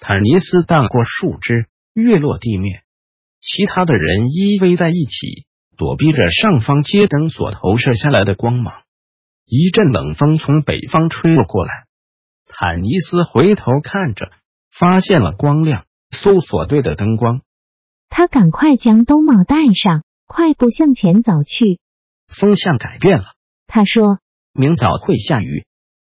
坦尼斯荡过树枝，跃落地面。其他的人依偎在一起，躲避着上方街灯所投射下来的光芒。一阵冷风从北方吹了过来，坦尼斯回头看着，发现了光亮搜索队的灯光。他赶快将兜帽戴上，快步向前走去。风向改变了，他说明早会下雨。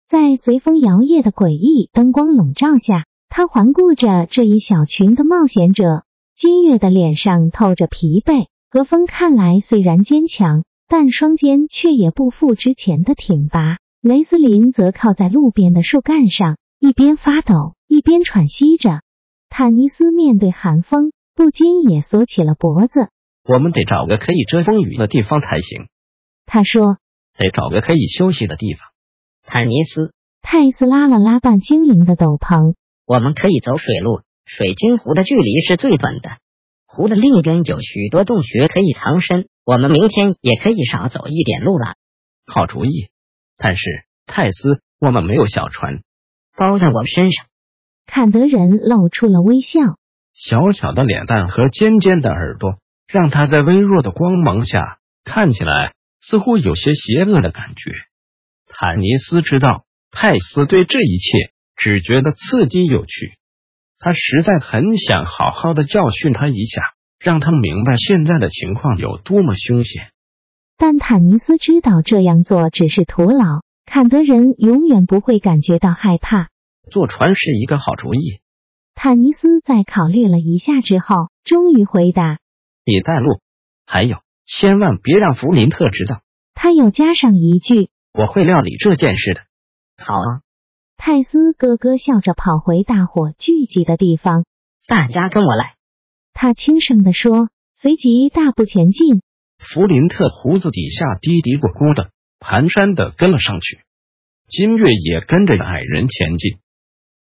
在随风摇曳的诡异灯光笼罩下，他环顾着这一小群的冒险者。金月的脸上透着疲惫，和风看来虽然坚强，但双肩却也不复之前的挺拔。雷斯林则靠在路边的树干上，一边发抖，一边喘息着。坦尼斯面对寒风，不禁也缩起了脖子。我们得找个可以遮风雨的地方才行，他说得找个可以休息的地方。坦尼斯，：“泰斯拉了拉半精灵的斗篷，我们可以走水路，水晶湖的距离是最短的。湖的另一边有许多洞穴可以藏身，我们明天也可以少走一点路了。好主意，但是泰斯，我们没有小船，包在我们身上，坎德人露出了微笑。小小的脸蛋和尖尖的耳朵，让他在微弱的光芒下看起来似乎有些邪恶的感觉。坦尼斯知道，泰斯对这一切只觉得刺激有趣，他实在很想好好的教训他一下，让他明白现在的情况有多么凶险。但坦尼斯知道这样做只是徒劳，坎德人永远不会感觉到害怕。坐船是一个好主意，坦尼斯在考虑了一下之后，终于回答：你带路，还有千万别让弗林特知道，他又加上一句。我会料理这件事的。好啊！泰斯咯咯笑着跑回大伙聚集的地方，大家跟我来。他轻声地说，随即大步前进。弗林特胡子底下嘀嘀咕咕的，蹒跚的跟了上去。金月也跟着矮人前进。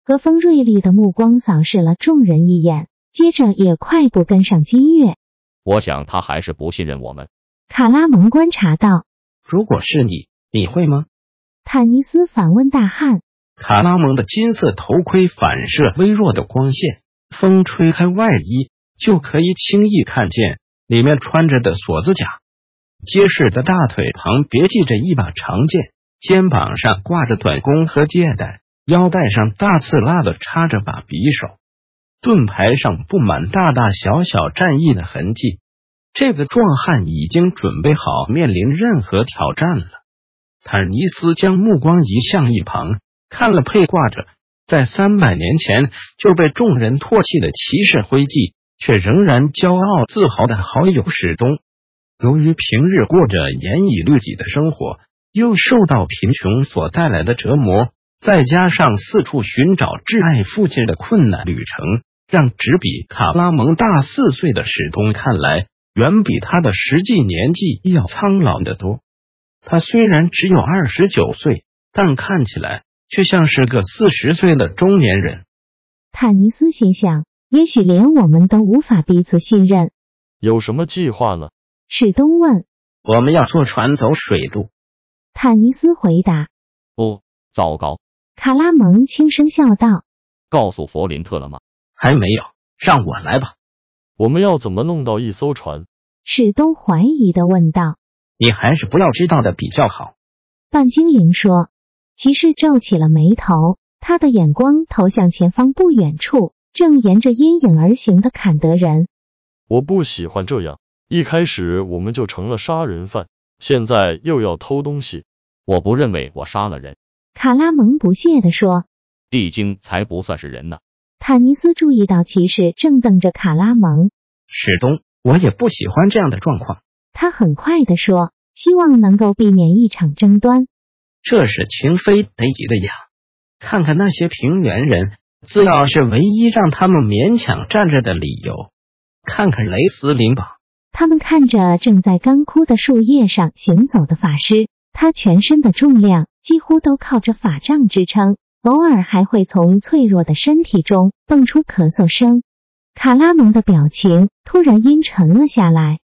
和风锐利的目光扫视了众人一眼，接着也快步跟上金月。我想他还是不信任我们。卡拉蒙观察到，如果是你，你会吗？坦尼斯反问大汉。卡拉蒙的金色头盔反射微弱的光线，风吹开外衣就可以轻易看见里面穿着的锁子甲。结实的大腿旁别系着一把长剑，肩膀上挂着短弓和戒带，腰带上大刺辣的插着把匕首，盾牌上布满大大小小战役的痕迹。这个壮汉已经准备好面临任何挑战了。坦尼斯将目光移向一旁，看了佩挂着在三百年前就被众人唾弃的骑士徽记，却仍然骄傲自豪的好友史东。由于平日过着严以律己的生活，又受到贫穷所带来的折磨，再加上四处寻找挚爱父亲的困难旅程，让只比卡拉蒙大四岁的史东看来，远比他的实际年纪要苍老得多。他虽然只有二十九岁，但看起来却像是个四十岁的中年人。坦尼斯心想，也许连我们都无法彼此信任。有什么计划呢？史东问，我们要坐船走水路，坦尼斯回答。哦，糟糕！卡拉蒙轻声笑道告诉佛林特了吗？还没有，让我来吧。我们要怎么弄到一艘船？：“史东怀疑的问道。你还是不要知道的比较好。”半精灵说。骑士皱起了眉头，他的眼光投向前方不远处，正沿着阴影而行的坎德人。我不喜欢这样。一开始我们就成了杀人犯，现在又要偷东西。我不认为我杀了人，卡拉蒙不屑地说。地精才不算是人呢。坦尼斯注意到骑士正瞪着卡拉蒙，史东，我也不喜欢这样的状况，他很快地说，希望能够避免一场争端。这是情非得已的呀。看看那些平原人，自ạo是唯一让他们勉强站着的理由。看看雷斯林吧，他们看着正在干枯的树叶上行走的法师，他全身的重量几乎都靠着法杖支撑，偶尔还会从脆弱的身体中蹦出咳嗽声。卡拉蒙的表情突然阴沉了下来，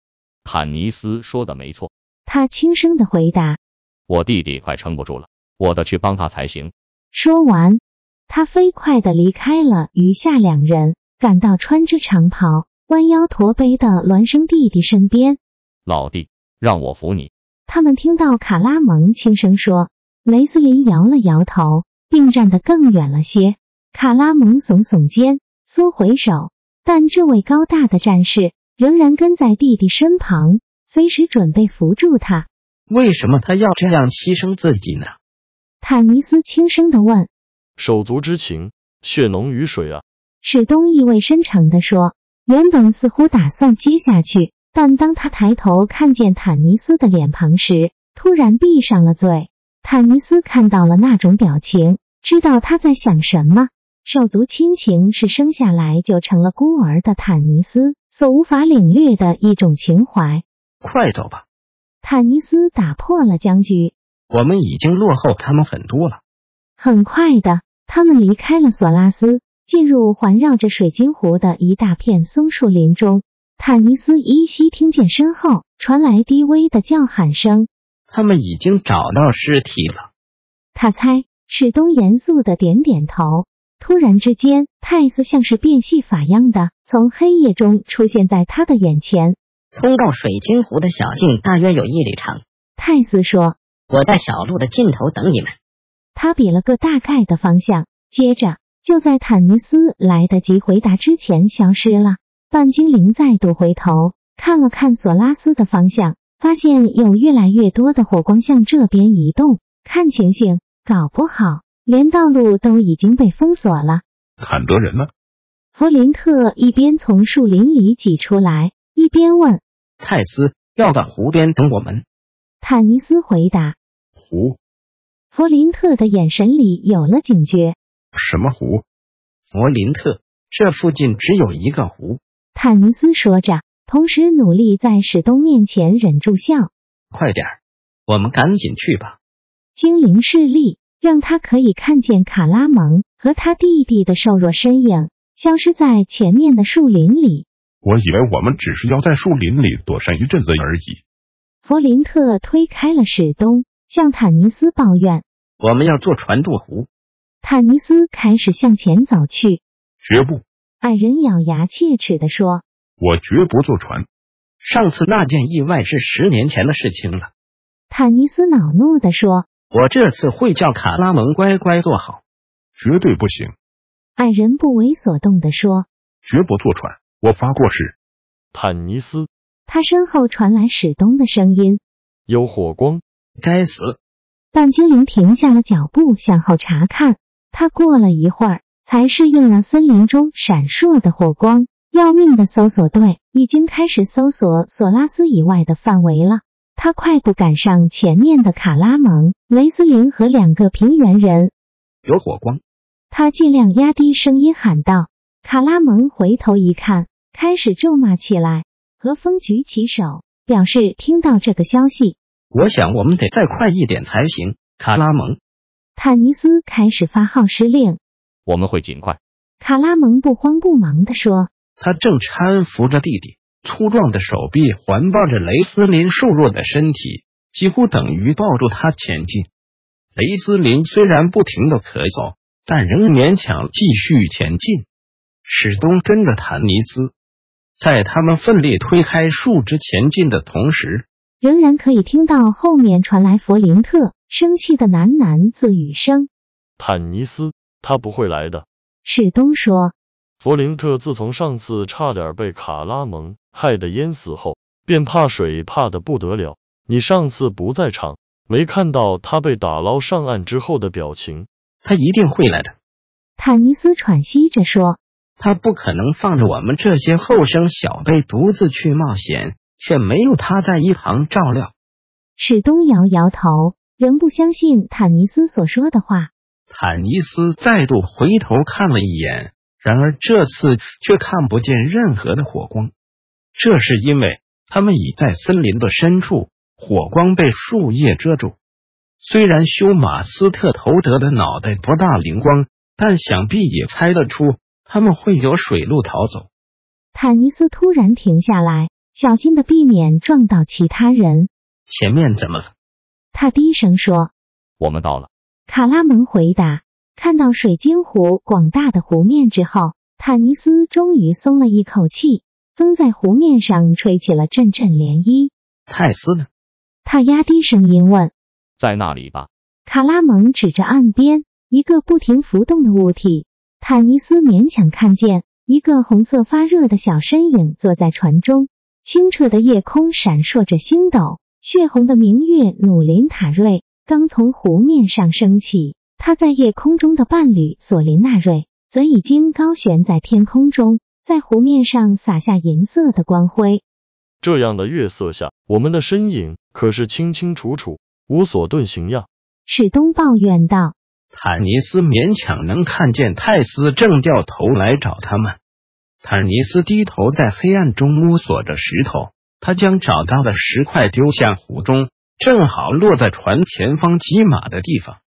坦尼斯说的没错，他轻声的回答。我弟弟快撑不住了，我得去帮他才行。说完，他飞快的离开了余下两人，赶到穿着长袍、弯腰驼背的孪生弟弟身边。老弟，让我扶你。他们听到卡拉蒙轻声说，雷斯林摇了摇头，并站得更远了些。卡拉蒙耸耸肩，缩回手，但这位高大的战士仍然跟在弟弟身旁，随时准备扶住他。为什么他要这样牺牲自己呢？坦尼斯轻声的问。手足之情，血浓于水啊！史东意味深长地说：“原本似乎打算接下去，但当他抬头看见坦尼斯的脸庞时，突然闭上了嘴。坦尼斯看到了那种表情，知道他在想什么。手足亲情是生下来就成了孤儿的坦尼斯所无法领略的一种情怀。快走吧，坦尼斯打破了僵局。我们已经落后他们很多了。很快的，他们离开了索拉斯，进入环绕着水晶湖的一大片松树林中。坦尼斯依稀听见身后传来低微的叫喊声。他们已经找到尸体了。他猜，史东严肃的点点头。突然之间，泰斯像是变戏法样的从黑夜中出现在他的眼前。通到水晶湖的小径大约有一里长，泰斯说。我在小路的尽头等你们。他比了个大概的方向，接着就在坦尼斯来得及回答之前消失了。半精灵再度回头看了看索拉斯的方向，发现有越来越多的火光向这边移动。看情形，搞不好连道路都已经被封锁了。坎德人呢？弗林特一边从树林里挤出来，一边问。泰斯要到湖边等我们。坦尼斯回答。湖？弗林特的眼神里有了警觉。什么湖？佛林特，这附近只有一个湖。坦尼斯说着，同时努力在史东面前忍住笑。快点儿，我们赶紧去吧。精灵视力让他可以看见卡拉蒙和他弟弟的瘦弱身影消失在前面的树林里。我以为我们只是要在树林里躲闪一阵子而已。弗林特推开了史东，向坦尼斯抱怨。我们要坐船渡湖。坦尼斯开始向前走去。绝不，矮人咬牙切齿地说我绝不坐船。上次那件意外是十年前的事情了。：“坦尼斯恼怒地说。我这次会叫卡拉蒙乖乖坐好。绝对不行，”矮人不为所动地说。绝不坐船。我发过誓，坦尼斯他身后传来史东的声音。有火光，该死！半精灵停下了脚步，向后查看。他过了一会儿，才适应了森林中闪烁的火光。要命的搜索队已经开始搜索索拉斯以外的范围了。他快步赶上前面的卡拉蒙、雷斯林和两个平原人。有火光！他尽量压低声音喊道：“卡拉蒙！”回头一看，开始咒骂起来。何风举起手，表示听到这个消息。我想我们得再快一点才行。卡拉蒙，坦尼斯开始发号施令。我们会尽快。卡拉蒙不慌不忙地说他正搀扶着弟弟，粗壮的手臂环抱着雷斯林瘦弱的身体，几乎等于抱住他前进。雷斯林虽然不停的咳嗽，但仍勉强继续前进。史东跟着坦尼斯，在他们奋力推开树枝前进的同时，：“仍然可以听到后面传来弗林特生气的喃喃自语声。坦尼斯，他不会来的。”史东说弗林特自从上次差点被卡拉蒙害得淹死后，便怕水怕得不得了。你上次不在场，没看到他被打捞上岸之后的表情。他一定会来的。：“坦尼斯喘息着说，他不可能放着我们这些后生小辈独自去冒险，却没有他在一旁照料。史东摇摇头，仍不相信坦尼斯所说的话。坦尼斯再度回头看了一眼，然而这次却看不见任何的火光。这是因为他们已在森林的深处，火光被树叶遮住。虽然休马斯特头德的脑袋不大灵光，但想必也猜得出他们会有水路逃走。坦尼斯突然停下来，小心的避免撞到其他人。前面怎么了？他低声说。我们到了。卡拉蒙回答。看到水晶湖广大的湖面之后，坦尼斯终于松了一口气。风在湖面上吹起了阵阵涟漪。泰斯呢？他压低声音问。在那里吧。卡拉蒙指着岸边一个不停浮动的物体，坦尼斯勉强看见一个红色发热的小身影坐在船中。清澈的夜空闪烁着星斗，血红的明月努林塔瑞刚从湖面上升起，他在夜空中的伴侣索林纳瑞则已经高悬在天空中。在湖面上洒下银色的光辉。这样的月色下，我们的身影可是清清楚楚，无所遁形呀。史东抱怨道。坦尼斯勉强能看见泰斯正掉头来找他们。坦尼斯低头在黑暗中摸索着石头，他将找到的石块丢向湖中，正好落在船前方几码的地方。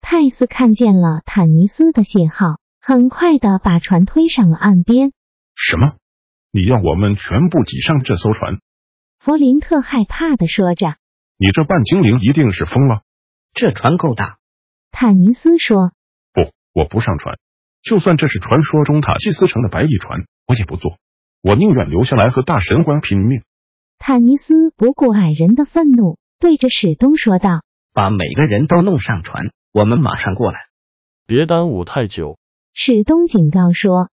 泰斯看见了坦尼斯的信号，很快的把船推上了岸边。什么？你要我们全部挤上这艘船？弗林特害怕的说着。你这半精灵一定是疯了！这船够大，坦尼斯说。不，我不上船。就算这是传说中塔西斯城的白蚁船，我也不坐。我宁愿留下来和大神官拼命。坦尼斯不顾矮人的愤怒，对着史东说道：“把每个人都弄上船，我们马上过来。别耽误太久。”史东警告说。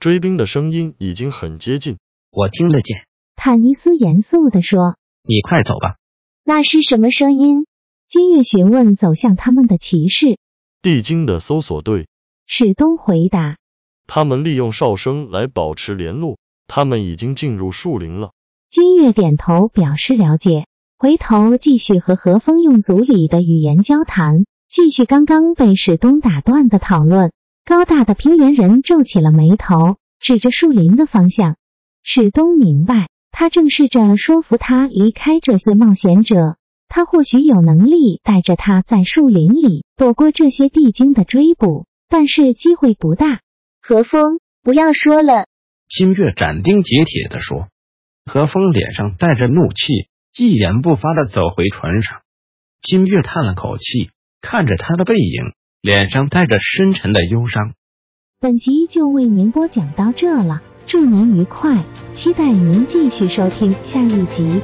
追兵的声音已经很接近，我听得见。坦尼斯严肃地说你快走吧，：“那是什么声音？”金月询问走向他们的骑士。地精的搜索队，史东回答他们利用哨声来保持联络。他们已经进入树林了。：“金月点头表示了解。”回头继续和何风用族里的语言交谈，继续刚刚被史东打断的讨论。高大的平原人皱起了眉头，指着树林的方向。史东明白，他正试着说服他离开这些冒险者。他或许有能力带着他在树林里躲过这些地精的追捕，但是机会不大。何风，不要说了。金月斩钉截铁的说。何风脸上带着怒气，一言不发的走回船上。金月叹了口气，看着他的背影，脸上带着深沉的忧伤。本集就为您播讲到这了，祝您愉快，期待您继续收听下一集。